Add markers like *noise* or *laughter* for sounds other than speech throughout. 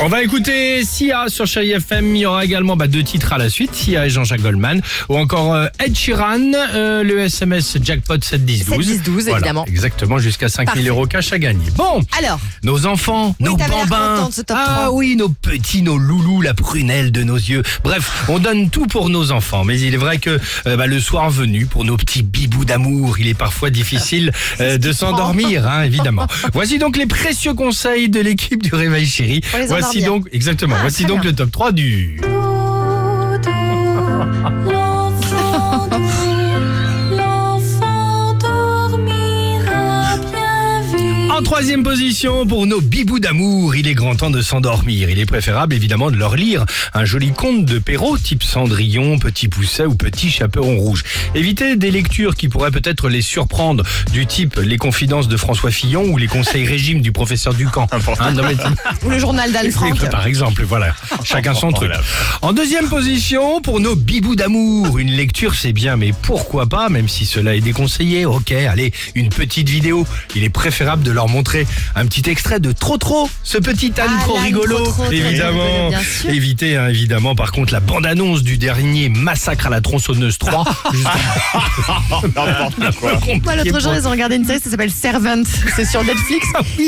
On va écouter Sia sur Chéri FM. Il y aura également bah, deux titres à la suite, Sia et Jean-Jacques Goldman, ou encore euh, Ed Sheeran, euh, le SMS jackpot 71012. 71012, Voilà, évidemment. exactement, jusqu'à 5000 Parfait. euros cash à gagner. Bon, Alors, nos enfants, nos t'avais l'air bambins, content de ce top ah 3. oui, nos petits, nos loulous, la prunelle de nos yeux. Bref, on donne tout pour nos enfants, mais il est vrai que euh, bah, le soir venu, pour nos petits bibous d'amour, il est parfois *laughs* difficile euh, de s'endormir, hein, évidemment. Voici donc les précieux conseils de l'équipe du Réveil Chéri. Pour les Voici endormir. donc, exactement, Ah, voici très donc bien. le top 3 du... L'enfant dormi, l'enfant dormira bien vite. En troisième position, pour nos bibous d'amour, il est grand temps de s'endormir. Il est préférable évidemment de leur lire un joli conte de Perrault, type Cendrillon, Petit Pousset ou Petit Chaperon Rouge. Évitez des lectures qui pourraient peut-être les surprendre, du type Les Confidences de François Fillon ou Les Conseils Régime du professeur Ducamp. Hein, non, mais- ou le journal d'Anne Frank. par exemple, voilà. Chacun son truc. En deuxième position, pour nos bibous d'amour, une lecture c'est bien, mais pourquoi pas, même si cela est déconseillé, ok, allez, une petite vidéo. Il est préférable de leur montrer un petit extrait de Trop Trop, ce petit âne Ah, trop l'âne rigolo, trop, trop, trop rigolo, évidemment. bien sûr. Évitez hein, évidemment, par contre, la bande-annonce du dernier Massacre à la tronçonneuse *laughs* 3. N'importe quoi. Moi, l'autre jour, ils ont regardé une série, ça s'appelle Servant. C'est sur *laughs* Netflix.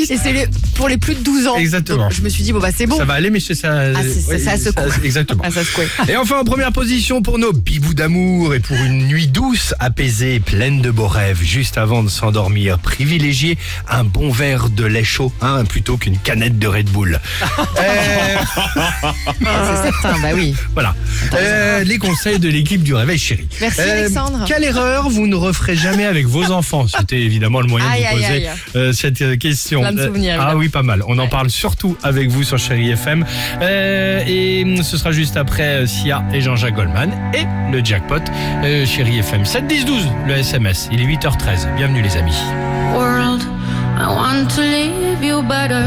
Et c'est les- pour les plus de 12 ans. Ah Exactement. Donc, je me suis dit, bon, bah, c'est bon. Ça va aller, mais c'est ça. euh, Ah, c'est- ouais, c'est- ça secoue. Exactement. Ah, ça se couait. Et enfin, en première position pour nos bibous d'amour et pour une nuit douce, apaisée, pleine de beaux rêves, juste avant de s'endormir, privilégiez un bon verre de lait chaud hein, plutôt qu'une canette de Red Bull. Euh, Ah, C'est certain, bah oui. voilà. Euh, les conseils de l'équipe du Réveil Chéri. Euh, Merci, Alexandre. Quelle erreur vous ne referez jamais avec vos enfants C'était évidemment le moyen Aïe, de vous aïe, poser aïe. euh, cette euh, question. Plein de Euh, souvenirs, ah évidemment. oui, pas mal. On en parle surtout avec vous sur Chéri FM. Euh, et hum, ce sera juste après euh, Sia et Jean-Jacques Goldman et le jackpot euh, Chéri FM. 7 10 12 le SMS. Il est 8h13. Bienvenue les amis. World, I want to leave you better.